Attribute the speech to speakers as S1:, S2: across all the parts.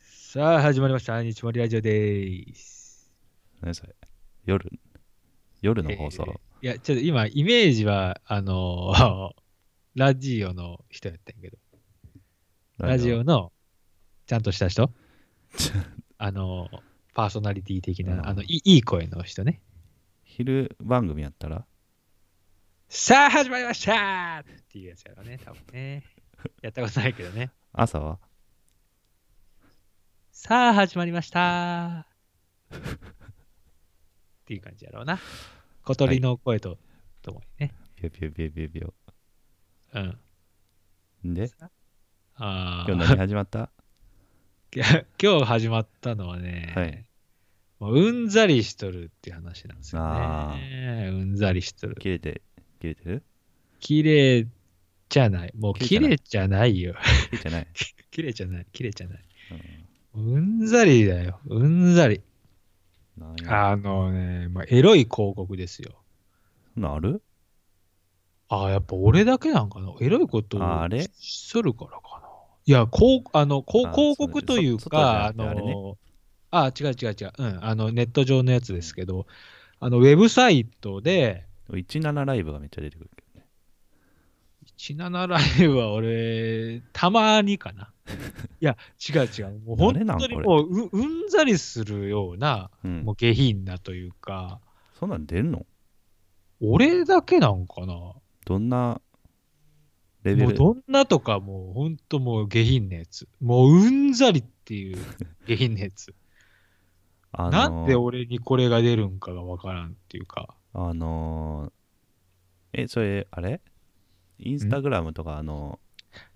S1: さあ、始まりました。毎日森ラジオです。
S2: 何それ夜夜の放送、
S1: えいや、ちょっと今、イメージは、あのー ラジオの人やったんやけど、ラジオの、ちゃんとした 人
S2: ちゃ
S1: あのーパーソナリティ的
S2: うん
S1: な、あの、いいい声の人ね。
S2: 昼番組やったら
S1: さあ、始まりましたっていうやつやろね、多分ね。やったことないけどね。
S2: 朝は
S1: さあ、始まりましたっていう感じやろうな。小鳥の声と、ともにね。
S2: ピュピュピュピュピュ
S1: うん。
S2: で
S1: あー
S2: 今日何始まった
S1: いや今日始まったのはね、
S2: はい
S1: もううんざりしとるっていう話なんですよ
S2: あ
S1: ね。うんざりしとる。
S2: 切れて切れてる
S1: 綺麗じゃない。もう綺
S2: 綺麗
S1: 麗じゃないよ。
S2: 切れてない、
S1: 綺麗じゃない。綺麗じゃない。
S2: う
S1: うんざりだよ。うんざり。
S2: ん、なんや
S1: あのね、まあ、エロい広告ですよ。
S2: そんなんある
S1: ああ、やっぱ俺だけなんかな。エロいことを
S2: ああれ
S1: しとるからかな。いや、こうあのこう
S2: あ
S1: 広告という
S2: そうだ
S1: か、あ
S2: そ外じゃなくてあれね
S1: の、あ、違う違う違う、うん、あのネット上のやつですけど、あのウェブサイトで、
S2: 17ライブがめっちゃ出てくるけどね
S1: 17ライブは俺、たまにか な。いや、違う違う、もう本
S2: 誰なん
S1: 当に
S2: これ
S1: もうううんざりするような、
S2: うん
S1: もう下品なというか、
S2: そんなん出んの
S1: 俺だけなんかな。
S2: どんなレベ
S1: もう
S2: ル
S1: どんなとかもうほんともう下品なやつ。もううんざりっていう 下品なやつ。
S2: あのー
S1: なんで俺にこれが出るんかがわからんっていうか。
S2: あのーえそれあれインスタグラムとかあの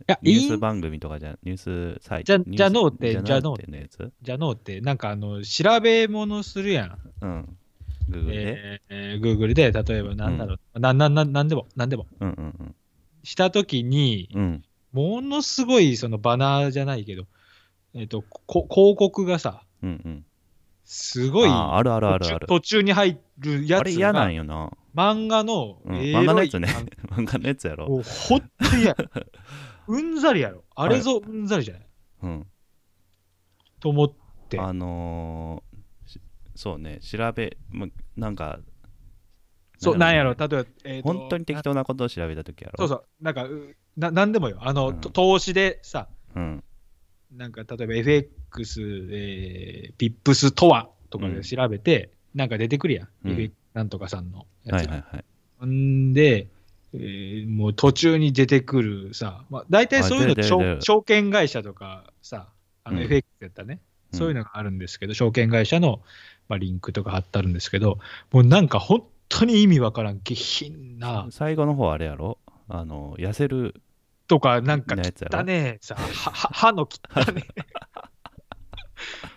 S1: いや、
S2: ニュー
S1: い
S2: ス
S1: い
S2: 番組とかじゃニュースサイ
S1: じゃ
S2: ニュース
S1: じゃのうて
S2: じゃ
S1: じゃの
S2: のう
S1: う
S2: てのやつ
S1: じゃのうって、なんかあの、調べ物するやん。
S2: うん。グーグルで。
S1: えー、Google で、例えばなんだろう、なん、な、な、なんでも、なんでも。
S2: うんうん
S1: したときに、
S2: うん。うん。
S1: ものすごいそのバナーじゃないけど、えっ、とこ、広告がさ、
S2: うんうん。
S1: す
S2: あ
S1: ごい、
S2: ーあるあるあるある。
S1: 途中に入るや
S2: あれ
S1: つ
S2: 嫌な
S1: が
S2: ん、よな。
S1: 漫画の、
S2: うん
S1: エロい
S2: 漫画のやつね
S1: 漫画
S2: 漫画のやつやろ。
S1: もうほんと にやうんざりやろ。あれぞうんざりじゃない
S2: うん。
S1: と思って。
S2: あのーしそうね、調べ、ま、なんか、
S1: そう、なんやろ、
S2: ね
S1: 例えば、えーと
S2: 本当に適当なことを調べたときやろ。
S1: そうそう、なんか、うななんでもよ。あの、
S2: うん
S1: と投資でさ、
S2: うん。
S1: なんか、例えば FX、えー、PIPS とはとかで調べて、なんか出てくるやん。
S2: うん
S1: FX なんとかさんのやつ。
S2: はいはいはい。
S1: んで、えーもう途中に出てくるさ、まあ、大体そういう
S2: あ
S1: の
S2: 出る
S1: 証
S2: 出る
S1: 証券会社とかさ、あの
S2: うん
S1: FX やったらね、そういうのがあるんですけど、証券会社の、まあ、リンクとか貼ってあるんですけど、もうなんか本当に意味わからん、下品な
S2: 最後の方あれやろ。あの、痩せる、
S1: とか、なんか
S2: なやつやろ
S1: 汚ねえさ、はは歯の汚ね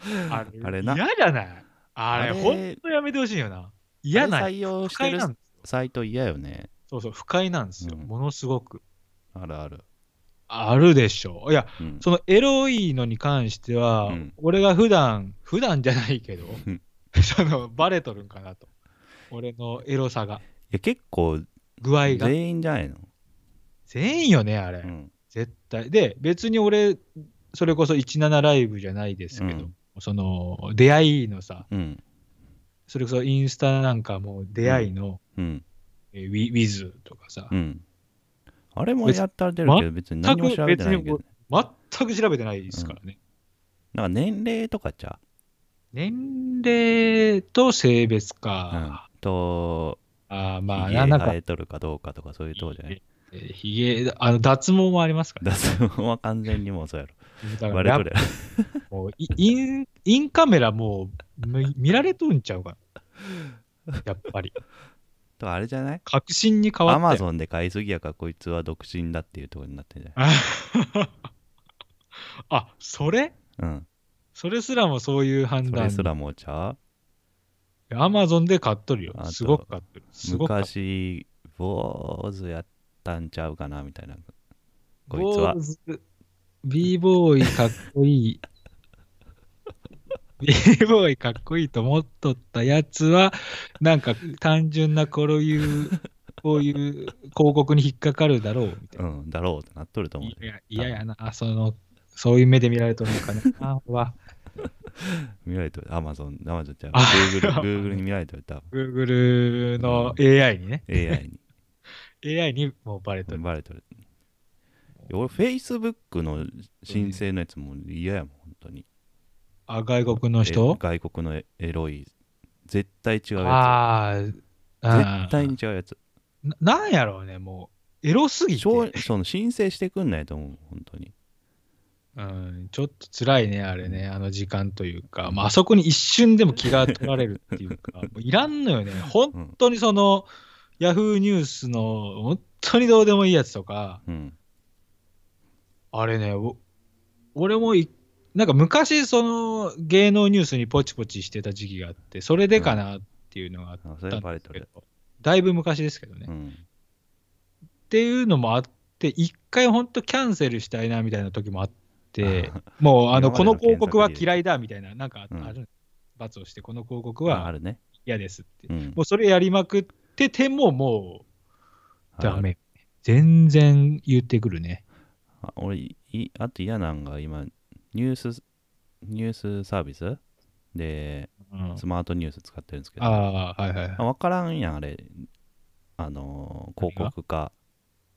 S1: え。あれ
S2: あれな
S1: 嫌じゃないあれ、
S2: あれ
S1: 本当やめてほしいよな。嫌
S2: あ
S1: な
S2: れ
S1: い。
S2: 採用
S1: 不
S2: して
S1: 快
S2: る
S1: なんですよ。
S2: サイト嫌よね。
S1: そうそう、不快なんですよ。
S2: うん
S1: ものすごく。
S2: あるある。
S1: あるでしょう。いや、
S2: うん。
S1: そのエロいのに関しては、
S2: うん
S1: 俺が普段普段じゃないけど
S2: うん、
S1: そのバレとるんかなと。俺のエロさが、
S2: いや、結構、
S1: 具合が。
S2: 全員じゃないの。
S1: 全員よね、あれ、
S2: うん。
S1: 絶対。で、別に俺、それこそ17ライブじゃないですけど、
S2: うん
S1: その出会いのさ、
S2: うん。
S1: それこそインスタなんかも出会いの、
S2: うん。
S1: えーウィウィズとかさ、
S2: うん。あれもやったら出るけど、別に何も調べてないけどね。
S1: 全く調べてないですからね。
S2: なんか年齢とかじゃ
S1: 年齢と性別
S2: う、
S1: か。
S2: うん、と、
S1: ああ、
S2: ま
S1: まあ、
S2: あ、
S1: ななんか
S2: 生、えとるかどうかとかそういうとこじゃな
S1: え
S2: い。
S1: ーひげ、あの、脱毛もありますから、ね。
S2: だそれは完全にもうそうやろ。
S1: だか
S2: バレ
S1: ら
S2: とるやろ。
S1: もうイ イン、インカメラもう、み見られとんちゃうかな。やっぱり。
S2: とかあれじゃない
S1: 確信に変わ
S2: ア
S1: った
S2: マ
S1: よ。
S2: ゾンで買いすぎやからこいつは独身だっていうとこになってんじゃない
S1: あ、それ
S2: うん。
S1: それすらもそういう判
S2: そ
S1: 断
S2: れ。すらもうちゃ
S1: アマゾンで買っとるよ
S2: あ。と
S1: すごく買っとる。
S2: う
S1: すごく買っとる。
S2: 昔、坊主やったんちゃうかなみたいな。こいつは
S1: 坊主。b ボーイかっこい い。b ボーイかっこいいと思っとったやつは、なんか単純なこういう、こういう広告に引っかかるだろうみたいうな。
S2: ん、だろうってなっとると思う。
S1: いや、嫌やな、その、そういう目で見られとるのかな。あは
S2: 見られてる、アマゾン、アマゾンじゃう、
S1: あ
S2: Google、Google に見られてる、多分
S1: Google の AI にね、
S2: AI に
S1: AI にもうバレとる。
S2: バレてる。いや俺、Facebook の申請のやつも嫌やもん、本当に。
S1: あ、外国の人
S2: え外国のエエロい、絶対違うや
S1: あー
S2: つ。
S1: あー、
S2: 絶対に違うやつ。
S1: な。なんやろうね、もう、エロすぎて、
S2: 承その申請してくんないと思う、本当に。
S1: うん、ちょっと辛いね、あれね、あの時間というか、まああそこに一瞬でも気が取られるっていう か、もういらんのよね、
S2: う
S1: 本
S2: ん。
S1: 当にその、ヤフーニュースの本当にどうでもいいやつとか、
S2: うん。
S1: あれね、お俺もい、なんか昔、その芸能ニュースにポチポチしてた時期があって、それでかなっていうのがあっ
S2: あ
S1: た
S2: それ
S1: ん
S2: バ
S1: で
S2: レ
S1: す
S2: て
S1: け
S2: る。
S1: ど、だいぶ昔ですけどね。
S2: う
S1: っ
S2: ん。
S1: ていうのもあって、一回本当キャンセルしたいなみたいな時もあって、もうあのこ
S2: 今までの
S1: の広告は
S2: 検索
S1: 嫌
S2: 履歴
S1: いだみたいな、なんか
S2: うん
S1: ある、罰をして、この広告
S2: ああ
S1: は
S2: るね。
S1: 嫌ですって。
S2: うん
S1: もうそれやりまくってても、もうダ
S2: ある
S1: メ。全然言ってくるね。
S2: あ俺いいあと嫌なんが今ニュースニュースサービスで
S1: うん
S2: スマートニュース使ってるんですけど、
S1: ああ、はいはいはい。
S2: 分からんやんあれあのー
S1: 何
S2: 広
S1: が
S2: 告か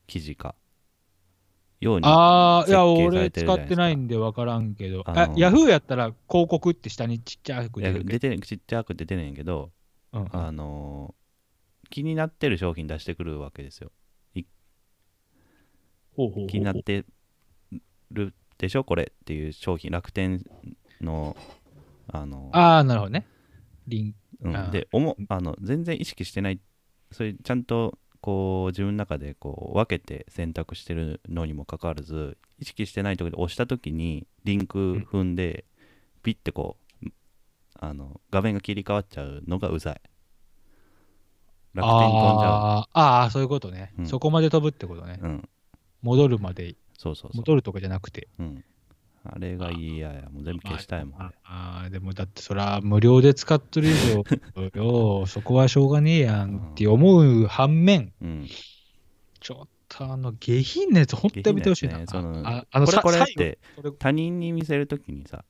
S2: 記事かように
S1: ああ、いや、
S2: 設計さ
S1: 俺
S2: れてる
S1: 使
S2: じゃないですか
S1: ってないんで分からんけど、
S2: あ
S1: あ
S2: の
S1: ヤフーやったら広告って下にちっちゃく
S2: い
S1: 出
S2: や
S1: るけど
S2: 出てるちっちゃく出てるんやけど、
S1: うんうん
S2: あのー気になってる商品出してくるわけですよ
S1: ほうほうほうほう
S2: 気になってるでしょこれっていう商品楽天のあのー
S1: ああ、なるほどね。リン
S2: う
S1: あ
S2: ん、
S1: ー
S2: でおもあの全然意識してないそれちゃんとこう自分の中でこう分けて選択してるのにもかかわらず意識してない時で押した時にリンク踏んでピッてこうあの画面が切り替わっちゃうのがうざい楽天飛んじゃ
S1: あーあー、そういうことね、
S2: うん
S1: そこまで飛ぶってことね
S2: う。うん
S1: 戻るまで、
S2: そうそうそう、
S1: 戻るとかじゃなくて。
S2: うん、あれが嫌やもう全部消したいもん、
S1: ああー、でもだってそら無料で使ってる以上、 ようそこはしょうがねえやんって思う反面、
S2: うん、
S1: ちょっとあの下品なやつ、ほんとやめてほしいな。
S2: 下品なやつねその
S1: ああの
S2: これ
S1: さ
S2: これっ
S1: 最後
S2: て
S1: それ
S2: 他人に見せる時にさ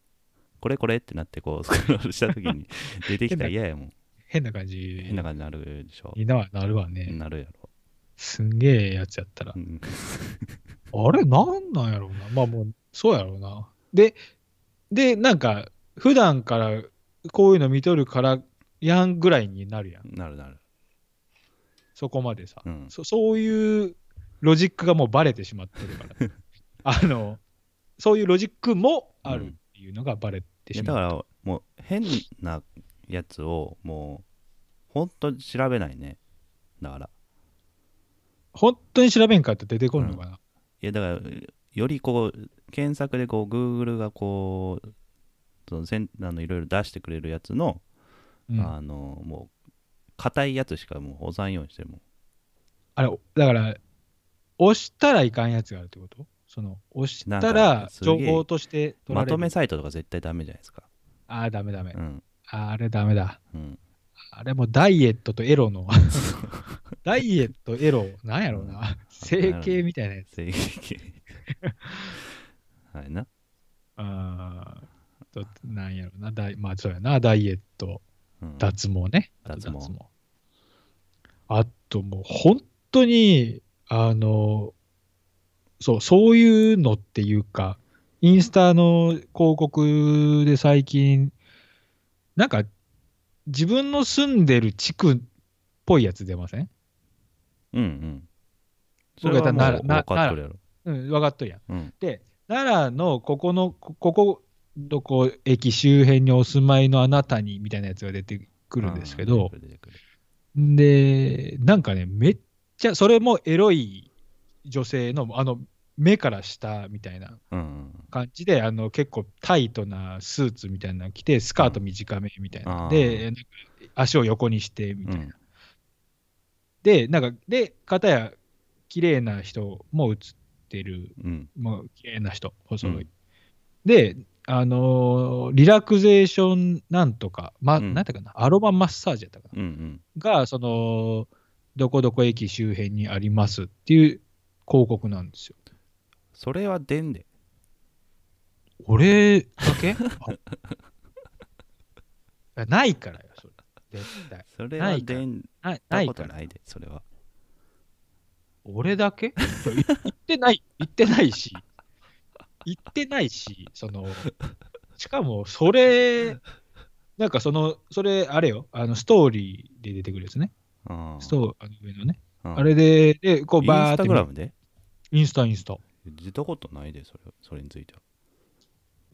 S2: これこれってなってこうスクロールした時に 出てきたら嫌やもん
S1: 変な感じ
S2: 変な感じになるでしょ。
S1: にななるわね。
S2: なるやろ。
S1: すんげえやつやったら
S2: う。ん
S1: あれ、なんなんやろうな。まあもう、そうやろうな。で、で、なんか、普段からこういうの見とるからやんぐらいになるやん。
S2: なるなる。
S1: そこまでさ。
S2: うん。
S1: そそういうロジックがもうバレてしまってる から。あの、そういうロジックもあるっていうのがバレて
S2: いや
S1: し
S2: だ
S1: ま
S2: か
S1: う。
S2: ら、もう変なやつを、もう、ほんと調べないね。だから。
S1: 本当に調べんかったら出てこんのかな。
S2: いや、だから、よりこう、検索でこう、Google がこう、そのせんあのいろいろ出してくれるやつの、
S1: うん
S2: あの、もう、硬いやつしかもう保存用にしてるもん。
S1: あれ、だから、押したらいかんやつがあるってことその、押した
S2: なん
S1: ら
S2: かすげ
S1: 情
S2: え
S1: 報として取ら
S2: ま
S1: れる。
S2: とめサイトとか絶対ダメじゃないですか。
S1: ああ、ダメダメ
S2: う。ん。
S1: あーあれダメだ。
S2: うん。
S1: あれもうダイエットとエロの。 ダイエット、エロ、なんやろう
S2: う
S1: な。整形みたいなやつ。
S2: 正義。 はいな。
S1: あーとなんやろうな。ダイまあ、そうやな。ダイエット、
S2: うん、
S1: 脱毛ね。あと
S2: 脱毛
S1: あともう、本当に、あの、そう、そういうのっていうか、インスタの広告で最近、なんか、自分の住んでる地区っぽいやつ出ません
S2: うんうん。
S1: 僕やったらならな
S2: 分かっとるやろ。
S1: うん、分かっとるやん。
S2: うん。
S1: で、奈良のここの、こここ、どこ駅周辺にお住まいのあなたにみたいなやつが出てくるんですけど
S2: う、ん出てくる出て
S1: で、なんかね、めっちゃ、それもエロい女性の、あの、目から下みたいな
S2: くるうんうん
S1: 感じで、あの、結構タイトなスーツみたいなの着て、スカート短めみたいな。
S2: うん
S1: で、なんか足を横にしてみたいな。
S2: うん
S1: で、なんか、で、片や綺麗な人も映ってる
S2: うん
S1: もう綺麗な人、細い。
S2: うん
S1: で、あのーリラクゼーションなんとか、ま、
S2: うん
S1: なんていうかな、アロママッサージやったか
S2: うんうん
S1: な、が、その、どこどこ駅周辺にありますっていう広告なんですよ。
S2: それはでんで
S1: 俺だけあやないからよ、それ。絶対。
S2: それ
S1: な
S2: はい
S1: から
S2: 出ん
S1: ないな
S2: た
S1: い
S2: こと
S1: から。
S2: ないで、それは。
S1: 俺だけ言ってない、言ってないし、言ってないし、その、しかも、それ、なんかその、それ、あれよ、あの、ストーリーで出てくるやつね。
S2: うん
S1: ストーリー、あの上のね。
S2: うん
S1: あれで、で、こう、
S2: イ
S1: バーっ
S2: ンス
S1: て
S2: タ
S1: 見
S2: グ
S1: る。
S2: ラムで
S1: インスタ、インスタ。
S2: 出たことないで、それそれについては。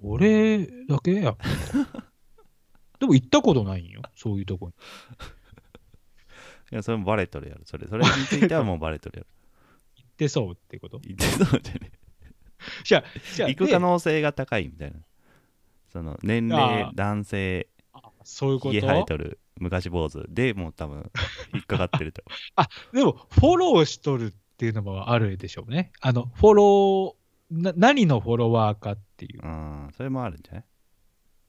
S1: 俺だけ やっぱでも行ったことないんよ、そういうとこに。
S2: いや、それもバレとるやろ、それ。それについてはもうバレとるやろ。
S1: 行ってそうってこと。
S2: 行ってそうじゃね
S1: じゃあ、じゃあ
S2: 行く可能性が高いみたいな。その年
S1: あ
S2: 齢、
S1: ー
S2: 男性、
S1: であそういうこ
S2: 家生え
S1: と
S2: とる、昔坊主でもう多分引っかかってると。
S1: でも、フォローしとるっていうのもあるでしょうね。あの、フォロー、な何のフォロワーかっていう。
S2: うん、それもあるんじゃない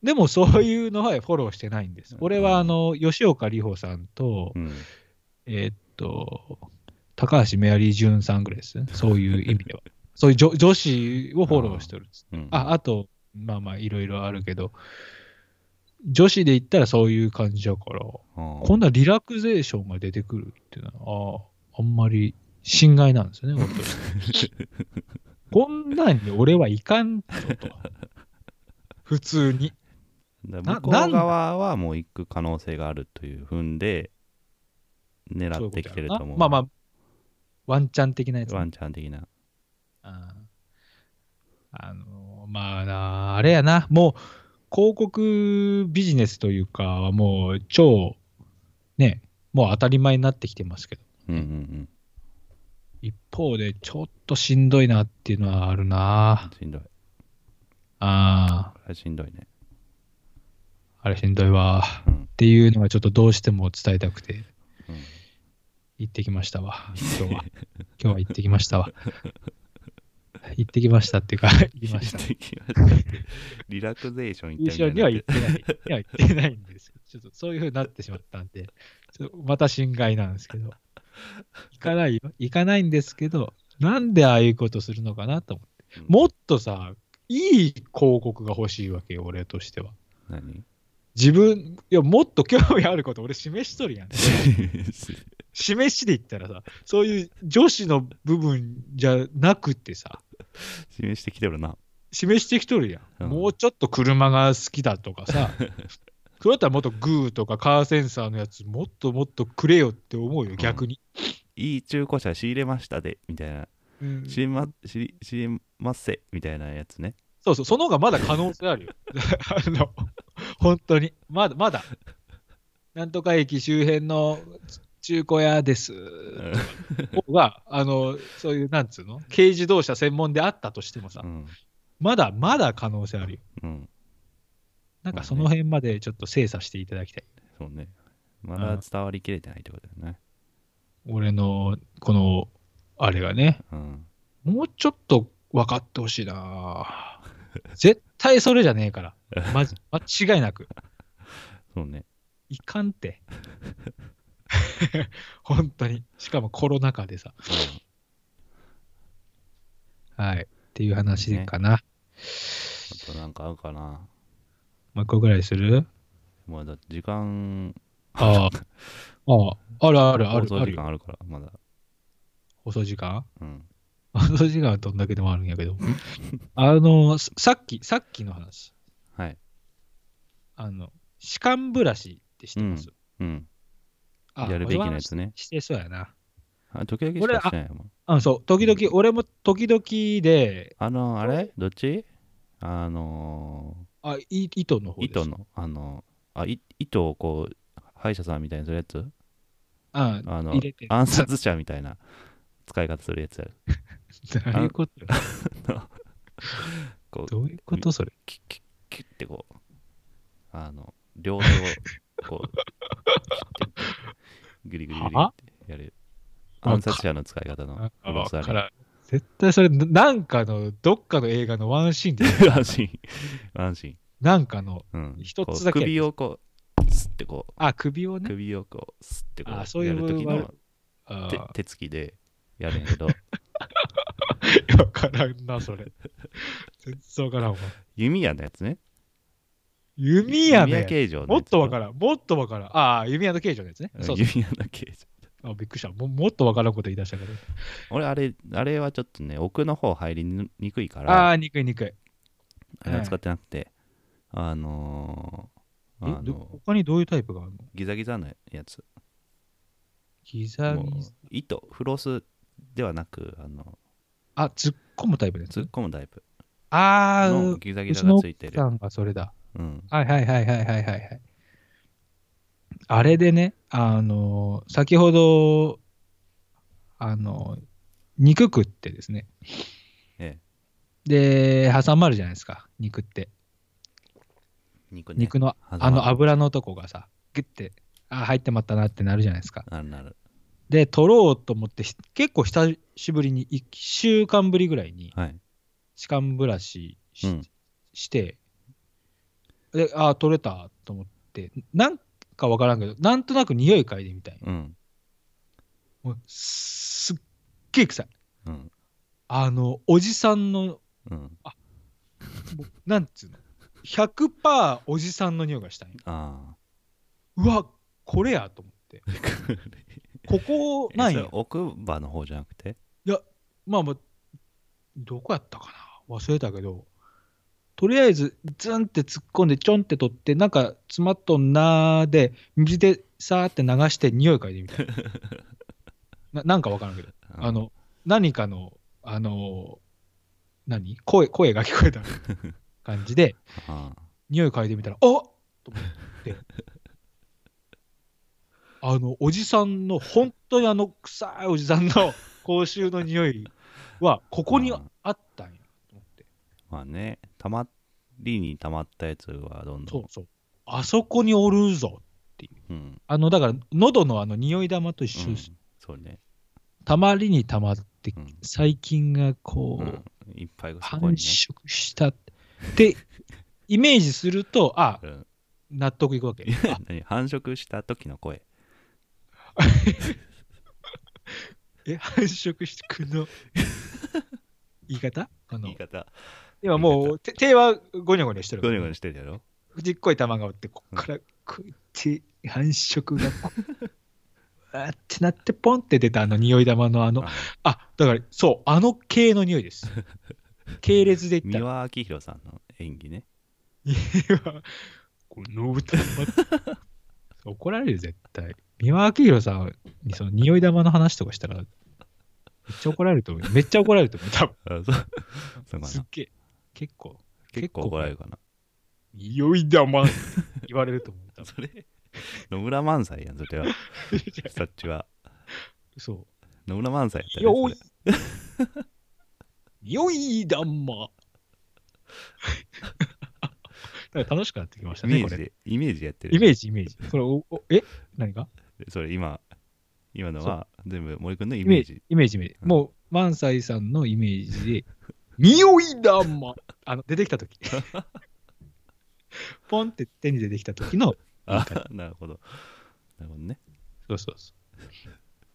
S1: でも、そういうのはフォローしてないんです。俺
S2: うん
S1: は、あの、吉岡里帆さんと、
S2: うん。
S1: えーっと、高橋メアリージュンさんぐらいですね。そういう意味では。そういう女女子をフォローしとる。
S2: うん、
S1: ああと、まあまあ、いろいろあるけど、女子で言ったらそういう感じだから、
S2: うん、
S1: こんなリラクゼーションが出てくるっていうのは、ああ、あんまり心外なんですよね、俺としてこんなんに俺はいかんぞと。普通 に。
S2: だ
S1: な
S2: 向こう
S1: なんだ
S2: 側はもう行く可能性があるというふんで、狙ってきてると
S1: そういうことやろな
S2: 思う。
S1: まあまあ、ワンチャン的なやつね、
S2: ワンちゃん的な。
S1: ああの、まあな、あれやな、もう、広告ビジネスというかはもう、超、ね、もう当たり前になってきてますけど、
S2: うんうんうん。
S1: 一方で、ちょっとしんどいなっていうのはあるな。
S2: しんどい。
S1: ああ、
S2: これしんどいね。
S1: あれしんどいわ。
S2: う
S1: っ
S2: ん。
S1: ていうのがちょっとどうしても伝えたくて、
S2: うん
S1: 行ってきましたわ。今日は。今日は行ってきましたわ。行ってきましたっていうか、行きました。
S2: 行きましたってリラクゼーション行っ
S1: 一
S2: た
S1: 緒
S2: みたい
S1: には
S2: にな
S1: 言
S2: っ
S1: っててない。には言ってないんですよ。 ちょっとそういうふうになってしまったんで、ちょっとまた心外なんですけど。行かないよ。行かないんですけど、なんでああいうことするのかなと思って。
S2: うん
S1: もっとさ、いい広告が欲しいわけよ、俺としては。
S2: 何
S1: 自分、いや、もっと興味あること俺示しとるやん。 示しで言ったらさ、そういう女子の部分じゃなくてさ、
S2: 示してきてるな。
S1: 示してきとるやん、
S2: うん
S1: もうちょっと車が好きだとか さそうやったらもっとグーとかカーセンサーのやつもっともっとくれよって思うよ
S2: ん
S1: 逆に、
S2: いい中古車仕入れましたで、みたいな。
S1: うん
S2: 仕入れま、仕入仕入れますせ、みたいなやつね。
S1: そうそうその方がまだ可能性あるよ あの本当にまだまだなんとか駅周辺の中古屋です方があのそういうなんつうの軽自動車専門であったとしてもさ、
S2: うん。
S1: まだまだ可能性あるよ
S2: うん。
S1: なんかその辺までちょっと精査していただきたい
S2: そうね。まだ伝わりきれてないってことだよね。
S1: 俺のこのあれがね
S2: うん。
S1: もうちょっと分かってほしい な絶対それじゃねえからまじ間違いなく
S2: そうね。
S1: いかんって 本当にしかもコロナ禍でさはいっていう話かな、
S2: あとなんかあるかな。
S1: もう一個ぐらいする
S2: まだ時間、
S1: あああああるあるあ
S2: 放
S1: る
S2: 送
S1: あ
S2: 時
S1: るよ
S2: 間あるから、まだ。
S1: 放送時間
S2: うん。
S1: 放送時間はどんだけでもあるんやけど あのささっきさっきの話
S2: はい。
S1: あの歯間ブラシって知ってます、
S2: うん。
S1: あ
S2: やるべきなやつね
S1: してそうやな。
S2: あ、時々しかしてないもん。
S1: あそう、時々、俺も時々で、
S2: あの、あれどっちあの
S1: あ、い糸の方
S2: ー、
S1: です。
S2: 糸。の、あの、あ、い糸をこう、歯医者さんみたいにするやつ
S1: あ
S2: あの
S1: 入れて、
S2: 暗殺者みたいな使い方するやつやる。
S1: どういうことよ
S2: こう、
S1: どういうことそれ。
S2: キュッキュッキュッってこう、あの、両手をこ う、切ってグリグリグリ
S1: は
S2: ってやる。
S1: わか
S2: 暗殺者の使い方の
S1: あ
S2: 動
S1: わ
S2: きだね
S1: からん絶対それ、ななんかの、どっかの映画のワンシーンで、
S2: 安心。安心。
S1: なんかの、
S2: うん。
S1: 一つだけ
S2: こう首をこう、スッてこ
S1: あ、首を
S2: う、
S1: ね、
S2: 首をこう、スッてこ
S1: あ
S2: う、
S1: そうい
S2: や
S1: う
S2: る時
S1: わ
S2: の
S1: あ
S2: 手手つきでやるんや けど、
S1: ーわからんな、それ。全然わからんわ。
S2: 弓矢のやつね。
S1: 弓矢
S2: 弓
S1: ね
S2: 矢形状のやつ
S1: もっとわからん。もっとわからん。ああ、弓矢の形状のやつね。
S2: うん
S1: そうそう
S2: 弓矢の形状
S1: あびっくりしたも。もっとわからんこと言い出したから。
S2: 俺あれあれはちょっとね奥の方入りにくいから
S1: あ
S2: あ
S1: あー、憎い憎い。
S2: れは使ってなくて、あの
S1: え
S2: ーあ
S1: ど
S2: の
S1: 他にどういうタイプがあるの
S2: ギザギザのやつ
S1: ギザ
S2: もう
S1: ギザ
S2: 糸フロスではなくあの
S1: あ、突っ込むタイプです
S2: 突っ。込むタイプ
S1: あ
S2: の
S1: あ、
S2: ギザギ
S1: う
S2: ザ
S1: ちの
S2: がつい
S1: 奥
S2: てる
S1: さんがそれだ。
S2: うん
S1: はいはいはいはいはいはいはい。あれでね、あの、先ほど、あの、肉食ってですね。
S2: え
S1: で、挟まるじゃないですか、肉って。
S2: 肉ね
S1: 肉の、
S2: 挟まる
S1: あの油のとこがさ、グッて、あー入ってまったなってなるじゃないですか。
S2: なるなる
S1: で、取ろうと思って、ひ結構久しぶりに、1週間ぶりぐらいに、
S2: はい
S1: 歯間ブラシし,、
S2: うん
S1: して、で、ああ、取れたと思って、なんかわからんけど、なんとなく匂い嗅いでみたい。
S2: うん
S1: もうすっげえ臭い。
S2: うん
S1: あの、おじさんの、
S2: うん
S1: もうなんつうの、100%おじさんの匂いがしたんよ。
S2: あ
S1: うわ、これやと思 って。
S2: あ
S1: ここ
S2: え
S1: なん
S2: それ
S1: や。
S2: 奥歯の方じゃなくて
S1: まあまあ、どこやったかな忘れたけど、とりあえず、ズンって突っ込んで、ちょんって取って、なんか詰まっとんなーで、水でさーって流して、匂い嗅いでみたいな。ななんかわからんけど、あの、何かの、あのー何声、声が聞こえた感じで、
S2: ああ
S1: 匂い嗅いでみたら、あと思 って。あの、おじさんの、本当にあの、臭いおじさんの口臭の匂いは、ここにあったんや、と思って。
S2: まあねたまりにたまったやつはどんどん
S1: そうそう。あそこにおるぞ。
S2: うん
S1: あの、だから、喉のあの、匂い玉と一緒
S2: うん
S1: です。
S2: そうね
S1: たまりにたまって
S2: うん、
S1: 細菌がこう、
S2: うんいっぱいそ
S1: 繁
S2: こにね
S1: 殖したって、イメージすると、あ、
S2: うん
S1: 納得いくわけ。あ
S2: 何繁殖した時の声
S1: え、繁殖してく の言い方あの
S2: 言い方
S1: 今もう手手はゴニョゴニョしてるか
S2: ゴ
S1: ら。
S2: ニョゴニョしてるやろ
S1: ちっこい玉がおって、こっからこうやって繁殖がこう、 わーってなって、ポンって出たあの匂い玉のあの
S2: あ、
S1: あ、だからそう、あの系の匂いです。系列で言った
S2: 三
S1: ら。
S2: 輪明宏さんの演技ね
S1: この歌 怒られるよ絶対。三輪明宏さんにその匂い玉の話とかしたら、めっちゃ怒られると思う。めっちゃ怒られると思う。多分
S2: あ そうそうか
S1: すっ
S2: な
S1: げえ。結構、
S2: 結構怒られるか な
S1: 匂い玉って 言われると思う多分。
S2: それ野村萬斎やんそ れはそっちは
S1: そ
S2: 野村萬斎やった
S1: う。匂
S2: ねそ
S1: い
S2: れ。
S1: 匂い 玉。なんか楽しくなってきました
S2: イメ
S1: ね、
S2: ー
S1: こ
S2: ジ
S1: れ。
S2: でイメージでやってる
S1: イメージ、イメージ。それおおえ何が
S2: それ今今のは全部森君のイ
S1: イ
S2: メージ。
S1: イメージ、イメージ。
S2: うん
S1: もう、萬斎さんのイメージで、 匂い玉あの、出てきた とき。ポンって手に出てきたときの、
S2: あ なるほどなるほどね
S1: そうそうそ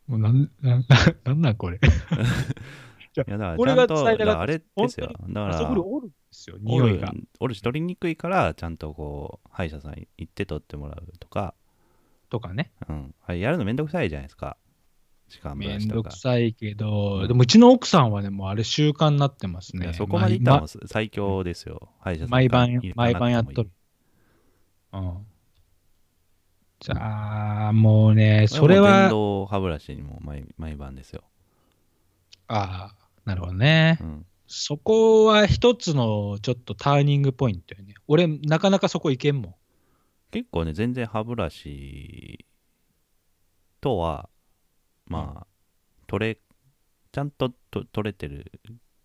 S1: う。もうなん、なん、 なんなんこれ。
S2: いやだ
S1: こ
S2: か
S1: れが
S2: らちゃんと
S1: 伝えたかった
S2: だからあれですよだ
S1: 本
S2: か
S1: あそこに
S2: ら
S1: おるんですよ、匂いが。
S2: 俺し取りにくいからちゃんとこう歯医者さん行って取ってもらうとか
S1: とかね。
S2: うんあれやるのめんどくさいじゃないですか歯間ブ
S1: め
S2: ラシ
S1: ん
S2: と
S1: ど
S2: か
S1: くさいけど、でもうちの奥さんはね、もうあれ習慣になってます
S2: い
S1: ね
S2: や。そこまで行ったらもう最強ですよ歯医者さん
S1: 毎
S2: 行か
S1: 晩
S2: 行、か
S1: 毎
S2: なくてもい
S1: 晩
S2: い
S1: やっとる。うん。じゃあ、もうね、それ
S2: もう電
S1: は、
S2: 動歯ブラシにも毎毎晩ですよ、
S1: ああ、なるほどね
S2: う。ん、
S1: そこは一つのちょっとターニングポイントよね。俺、なかなかそこ行けんもん。
S2: 結構ね全然歯ブラシとはまあ取れちゃんとと取れてる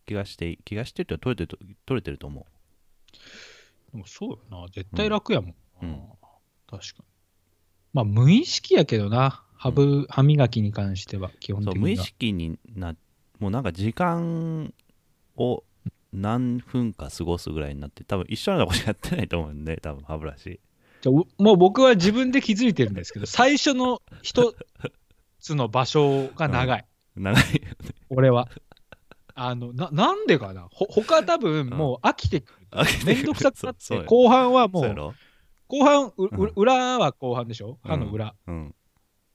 S2: 気がして気がしてるって取れてる取れてると思
S1: でもそうよな。絶対楽やもん。
S2: うん
S1: 確かに。まあ、無意識やけどな。歯ぶ、歯磨きに関しては、基
S2: う
S1: 本
S2: そう
S1: 的には。
S2: 無意識になもうなんか時間を何分か過ごすぐらいになって多分一緒なことやってないと思うんで多分歯ブラシ
S1: じゃあおもう僕は自分で気づいてるんです けど、最初の一つの場所が長い、
S2: 長い
S1: 俺は。あのななんでかなほ他多分もう飽きてくる。
S2: 開けて
S1: めんどくさくなっ
S2: そう
S1: て、
S2: そう
S1: 後半はも
S2: そうや
S1: う
S2: ろ
S1: 後半、う
S2: うん
S1: う裏は後半でしょ歯の裏。
S2: うん。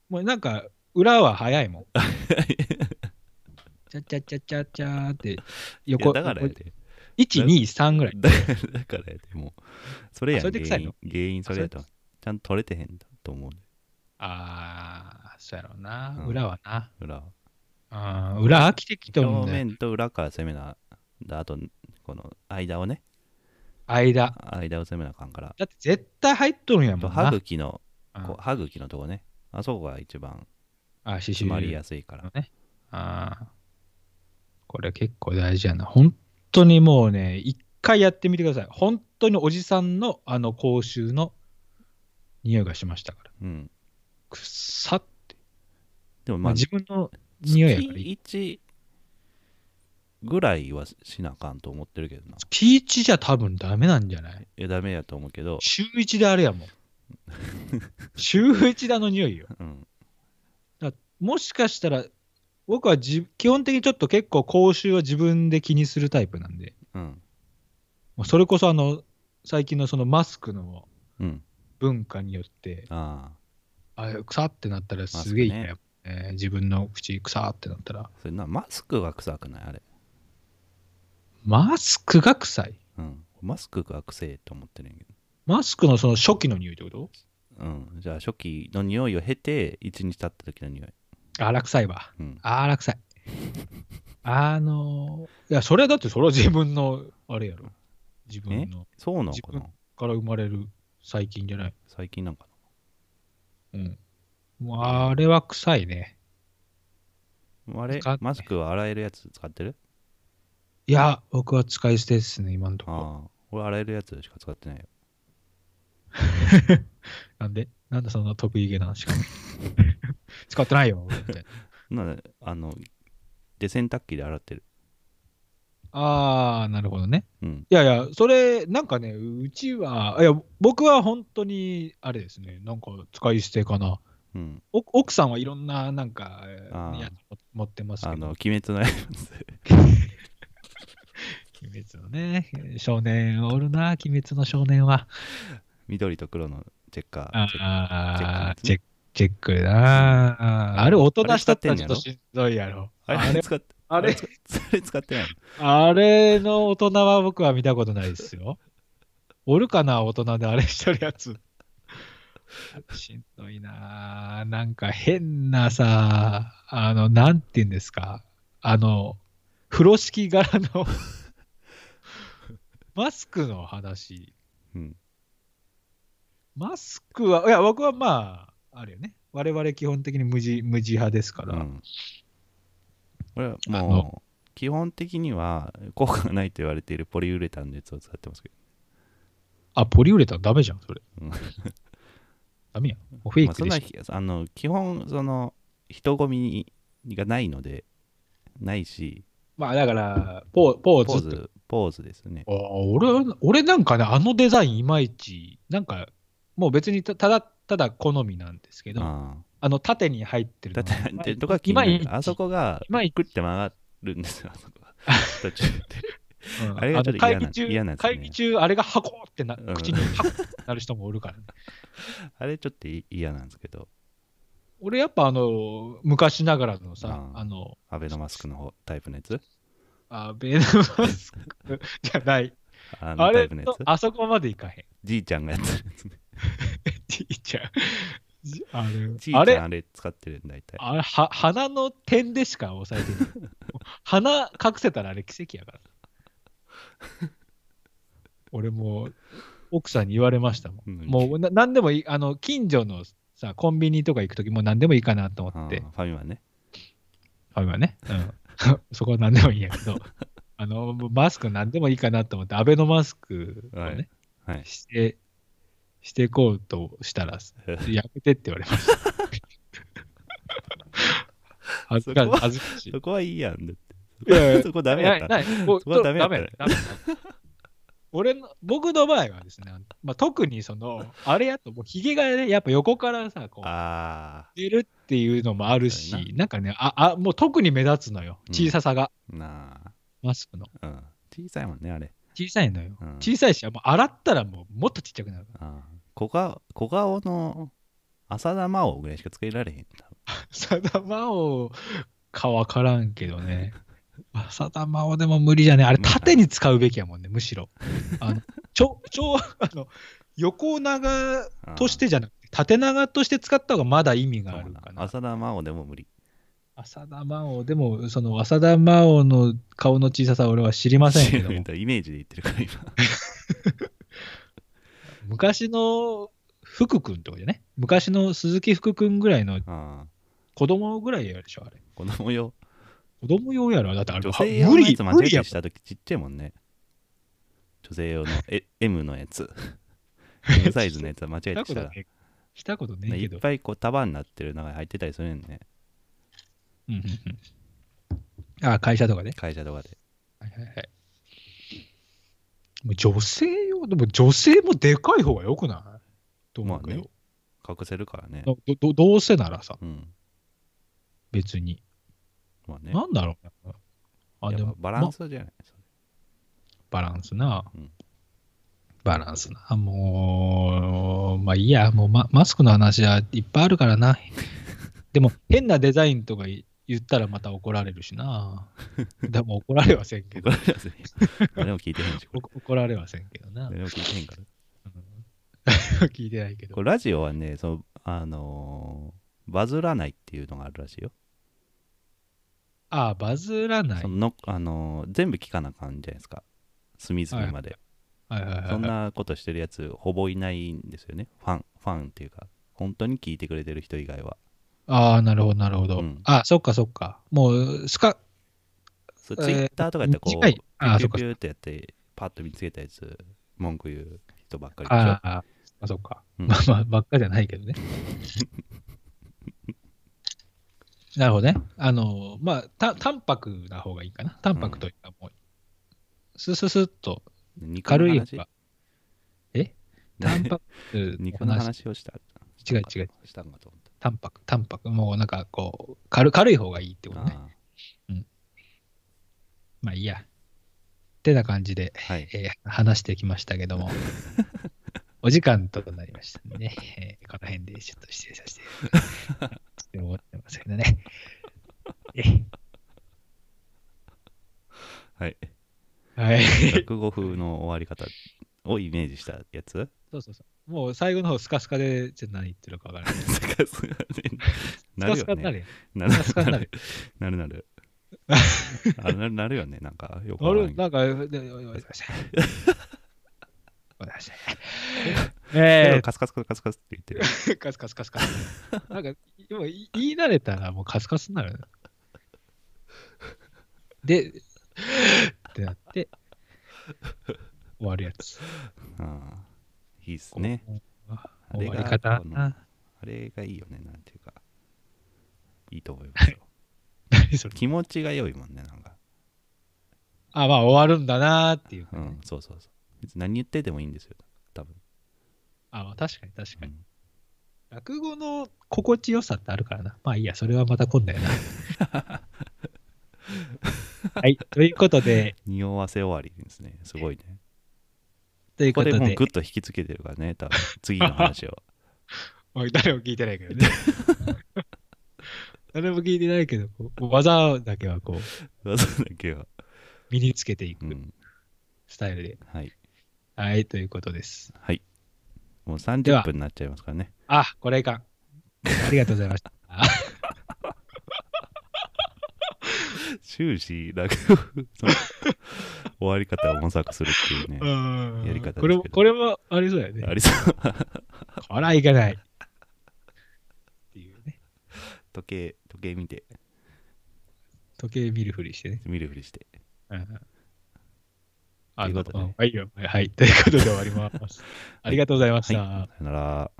S1: もうなんか、裏は早いもん。 ちゃちゃちゃちゃちゃーって
S2: いや
S1: 横、
S2: だからや
S1: 1、
S2: で。
S1: 2、3ぐらい。
S2: だだからやで。もう、それや
S1: あ
S2: ん。
S1: それで臭いの
S2: 原因原因それやと。ちゃんと取れてへんと思うね。
S1: あー、そうやろうな、
S2: うん
S1: 裏はな。
S2: 裏。
S1: あー裏飽きてきとるん
S2: 表
S1: だよ。
S2: 面と裏から攻めな。だあと、この間をね。
S1: 間。
S2: 間を攻めなあかんから。
S1: だって絶対入っとるんや
S2: あ
S1: も
S2: と
S1: ん
S2: 歯
S1: な。
S2: 茎の、
S1: うん
S2: こう歯茎のとこね。あそこが一番
S1: あ、刺
S2: 詰まり
S1: 繍
S2: やすいから。
S1: ああ。これ結構大事やな。本当にもうね、一回やってみてください。本当におじさんのあの口臭の匂いがしましたから。
S2: うん。
S1: くっさって。
S2: でもま
S1: まあ、
S2: あ、
S1: 自分の
S2: 月
S1: 匂いやからいい。
S2: 1ぐらいはしなあかんと思ってるけどな。
S1: ピーチじゃ多分ダメなんじゃない
S2: いや、ダメやと思うけど、
S1: 週一であれや もん。週一だの匂いよ。
S2: うん。
S1: もしかしたら、僕はじ基本的にちょっと結構口臭は自分で気にするタイプなんで、
S2: うん。
S1: まあそれこそあの、最近のそのマスクの
S2: うん。
S1: 文化によって、
S2: あ
S1: あ臭ってなったら
S2: スクね
S1: すげえ嫌や、ね自分の口臭ってなったら
S2: あ。それな、マスクが臭くないあれ。
S1: マスクが臭い
S2: うん。マスクが臭いと思ってるんやけ
S1: マスクのその初期の匂いってこと
S2: ど。うん。じゃあ、初期の匂いを経て、1日経った時の匂い。
S1: あら臭いわ
S2: うん。
S1: あら臭いあのーいやそれはだってそれは自分のあれやろ自分の
S2: そうなのか
S1: 自
S2: な
S1: から生まれる細菌じゃない
S2: 最近なんか
S1: うんもうあれは臭いね
S2: な。あれ
S1: 使っ、て
S2: マスクは洗えるやつ使ってる
S1: いや僕は使い捨てですね今のところ
S2: ああ。俺、洗えるやつしか使ってないよ。
S1: なんでなんでそんな得意げな話か 使ってないよみたいな
S2: なんで、あの、で、洗濯機で洗ってる。
S1: ああなるほどね
S2: うん。
S1: いやいや、それ、なんかね、うちは、いや、僕は本当に、あれですね、なんか使い捨てかな。
S2: うん。
S1: お奥さんはいろんな、なんか、
S2: あー
S1: やつ持ってます
S2: あ
S1: けど、
S2: の、鬼滅のやつ。
S1: 鬼滅のね、少年おるな、鬼滅の少年は。
S2: 緑と黒のチェッカー。チェッ
S1: ああ、
S2: チ
S1: チ
S2: ェ
S1: ェック、チェックなあー。あれ、大人したった
S2: あ
S1: らち
S2: れ使
S1: ょ
S2: ってん
S1: っ
S2: の
S1: としんど
S2: やろ
S1: いやろ。
S2: カーあれ使って、
S1: あれ、
S2: それ使ってない
S1: あれの大人は僕は見たことないですよ。おるかな、大人であれしてるやつ。しんどいなぁ。なんか変なさ、あの、なんて言うんですか。あの、風呂敷柄の マスクの話。
S2: の。うん。
S1: マスクは、いや、僕はまあ、あれよね。我々基本的に無地無地派ですから。
S2: うん、俺は
S1: あ
S2: も
S1: の
S2: う、基本的には効果がないと言われているポリウレタンのやつを使ってますけど。
S1: あ、ポリウレタンダメじゃん、それ
S2: うん。
S1: ダメやん。もうフェイ
S2: まあ、
S1: ク
S2: そん
S1: で
S2: な
S1: しょ
S2: ひ、あの、基本、その、人混みがないので、ないし、
S1: まあだから、ポーポ
S2: ポ
S1: ー
S2: ー
S1: ズって。
S2: ズ、ポーズですね。
S1: あー俺俺なんかね、あのデザインいまいち、なんか、もう別にたただ、ただ好みなんですけど、あ
S2: あ
S1: の縦に入ってる
S2: あ。だ
S1: の
S2: って、
S1: が
S2: なんてとか気になる
S1: いまいち
S2: あそこが、
S1: いまいち
S2: クって曲がるんですよ、あ そこが。途中で。
S1: うん
S2: あれがちょっと
S1: あの会議
S2: 嫌な
S1: 中
S2: 嫌なやつね
S1: 会議中、あれが箱ってな、
S2: うん
S1: 口に箱ってなる人もおるからね。
S2: あれちょっとい嫌なんですけど、
S1: 俺やっぱあの、昔ながらのさ、
S2: うん
S1: あの、
S2: アベノマスクの方タイプのやつ
S1: あベーナマスクじゃない。
S2: あの
S1: あ
S2: タイ
S1: れ
S2: プのや
S1: と
S2: つ
S1: あそこまでいかへん。
S2: じいちゃんがや ってるやつね。
S1: じいちゃん。じあれ
S2: じいちゃ
S1: あれ
S2: んあれ使ってるんだ、大体。
S1: あれは鼻の点でしか押さえてない。 鼻隠せたらあれ奇跡やから。俺もう奥さんに言われましたもん。
S2: うん
S1: もうな何でもいい、あの近所のさ、コンビニとか行くときも何でもいいかなと思
S2: あ
S1: っ
S2: ー
S1: て
S2: フ、ァミマね。
S1: あ今ね、うん、 そこは何でもいいんやけど、あのマスク何でもいいかなと思って、アベノマスクをね、
S2: はいはい。
S1: して、していこうとした ら、やめてって言われました。恥ずか
S2: そこは
S1: 恥ずかしい。
S2: そこはいいやん。だって
S1: いやいや
S2: そこダメやった。
S1: ないないお
S2: そこはダメやったね
S1: ダメやった俺の、僕の場合はですね、まあ、特にそ の、あれやと、もうひげがね、やっぱ横からさ、こう、
S2: あ
S1: 出るっていうのもある
S2: そうや
S1: し、なんかね、あ、あ、もう特に目立つのよ。
S2: うん
S1: 小ささが、
S2: ー、な
S1: マスクの。
S2: あ。うん。小さいもんね、あれ。
S1: 小さいのよ。
S2: うん、
S1: 小さいし、もう洗ったらもう、もっとちっちゃくなるから。
S2: あ小顔小顔の浅田真央ぐらいしかつけられへん多分
S1: さだまおかわからんけどね。さだまおでも無理じゃねあれ、
S2: 無理だ
S1: 縦に使うべきやもんね、むしろ。あの、ちょ、ちょ、あの、横長
S2: あー
S1: としてじゃなくて、縦長として使った方がまだ意味がある
S2: そ
S1: か
S2: う
S1: な。
S2: な浅田真央でも無理
S1: 浅田真央、でも、その浅田真央の顔の小ささは俺は知りませんけ ども、
S2: イメージで言ってるから今
S1: 昔の福君ってことでね、昔の鈴木福君ぐらいの
S2: ああ
S1: 子供ぐらいやでしょ、あれ。
S2: 子供用
S1: 子供用やろ、だってあれ、
S2: 女性用のやつ間違
S1: 無
S2: え
S1: 理や
S2: て
S1: もん
S2: した時ちっちゃいもんね女性用のえ M のやつ M サイズのやつは間違
S1: し
S2: え
S1: たこ
S2: て
S1: と
S2: した
S1: ね
S2: ら
S1: え、したことねえ
S2: い
S1: け
S2: っ
S1: ど。
S2: ぱいこう束になってる中に入ってたりするよね
S1: うんうんうんあ、会社とかね。
S2: 会社とかで
S1: はいはいはい。もう女性用、でも女性もでかい方がよくないと思うけど、
S2: 隠せるからね
S1: どどどうせならさ、
S2: うん
S1: 別に。
S2: まあね
S1: なんだろうな。あ、
S2: やっ
S1: で
S2: ぱ
S1: も
S2: バラン
S1: ま
S2: スじゃないそれ
S1: バランスな。
S2: うん
S1: バランスな。もう、まあいいや、もうママスクの話はいっぱいあるから な。でも、変なデザインとか言ったらまた怒られるしな。でも怒られはせんけど。
S2: 怒られますね誰も聞いてへんしこれ
S1: 怒怒られはせんけどな。
S2: 誰も聞いてへん から
S1: 聞いてないけど
S2: こ。れラジオはねそのあのーバズらないっていうのがあるらしいよ
S1: ああ、バズらない。
S2: そののあのー全部聞かなあかんじゃないですか隅々まで、
S1: はい はいはいはい
S2: そんなことしてるやつほぼいないんですよねファンファンっていうか本当に聞いてくれてる人以外は
S1: ああ、なるほど、なるほど。
S2: うん
S1: あそっかそっか。もう、スカ、
S2: そう
S1: えー
S2: ツイッターとかやったらこう
S1: 短い
S2: ピ
S1: あー
S2: ュピ
S1: そっ
S2: ュ
S1: か
S2: ピュってやってパッと見つけたやつ文句言う人ばっかりでしょ
S1: ああ、あそっか。
S2: うん
S1: まあまあ、ばっかじゃないけど ね。なるほどね。あの、まあ、た、淡白な方がいいかな。淡白というか、もう、スススッと、
S2: 肉の
S1: 軽い
S2: 話
S1: 方が。え淡白の
S2: 肉の
S1: 話。
S2: 話をした
S1: 違う違う。
S2: したんかと思った
S1: 淡白、淡白。もうなんか、こう、軽軽い方がいいってことね。
S2: あ
S1: まあいいや。ってな感じで、
S2: ーはい
S1: えー話してきましたけども、お時間となりましたんでね、えーこの辺でちょっと失礼させて、って思ってますけどね。え
S2: はい
S1: はい。
S2: 落語風の終わり方をイメージしたや つ
S1: そうそうそう。もう最後の方、スカスカで、ちょっと何言ってるかわからない。ス
S2: スカスカでな
S1: カ
S2: る
S1: ス
S2: よ
S1: カにな
S2: ね
S1: るよ。
S2: な
S1: スカスカにな
S2: な
S1: る
S2: るなる なるあれなるなるよねなんかよく
S1: あ
S2: わから
S1: れ
S2: んけど
S1: なんか、でおいおいおいおいおいおいおいえ
S2: カスカスカスカスカスって 言ってる
S1: ー、カスカスカスカス。なんか、今言い慣れたらもうカスカスになるな。で、ってなって、終わるやつ。
S2: ああいいっすね。あ
S1: 終
S2: れ
S1: わ
S2: が
S1: り方
S2: こ。の
S1: な
S2: あれがいいよね、なんていうか。いいと思い ますよ。
S1: 何それ
S2: 気持ちが良いもんね、なんか。
S1: あ、まあ終わるんだなーっていう。
S2: うん、そうそうそう。別に何言っててもいいんですよ、多分。
S1: あ、まあ確かに確
S2: う
S1: かに。
S2: ん
S1: 落語の心地よさってあるからな。まあいいや、それはまた今度やな。 はい、ということで、
S2: 匂わせ終わりですね。すごいね。
S1: という
S2: こ
S1: こ
S2: ことでもう
S1: で
S2: グ、ッと引きつけてるからね、多分。次の話 を。
S1: おい誰も聞いてないけどね。 誰も聞いてないけど、こう技だけはこう、
S2: そうだけは。
S1: 身につけていうく
S2: ん。
S1: スタイルで。
S2: はい。
S1: はい、ということです。
S2: はい。もう
S1: では
S2: 30分になっちゃいますからね。
S1: あ、これいかん。ありがとうございま した。
S2: 終始、 落語風の終わり方を模索するっていうね。やり方ですけど
S1: これも、これもありそうだよね
S2: あ。りそう。
S1: これはいかない。っていうね。
S2: 時計、時計見て、
S1: 時計見るふりしてね。
S2: 見るふりして。
S1: うんあ
S2: ということで
S1: うんはいよ、はい、はい。ということで終わります。ありがとうございまし
S2: は
S1: た。
S2: い。さよなら。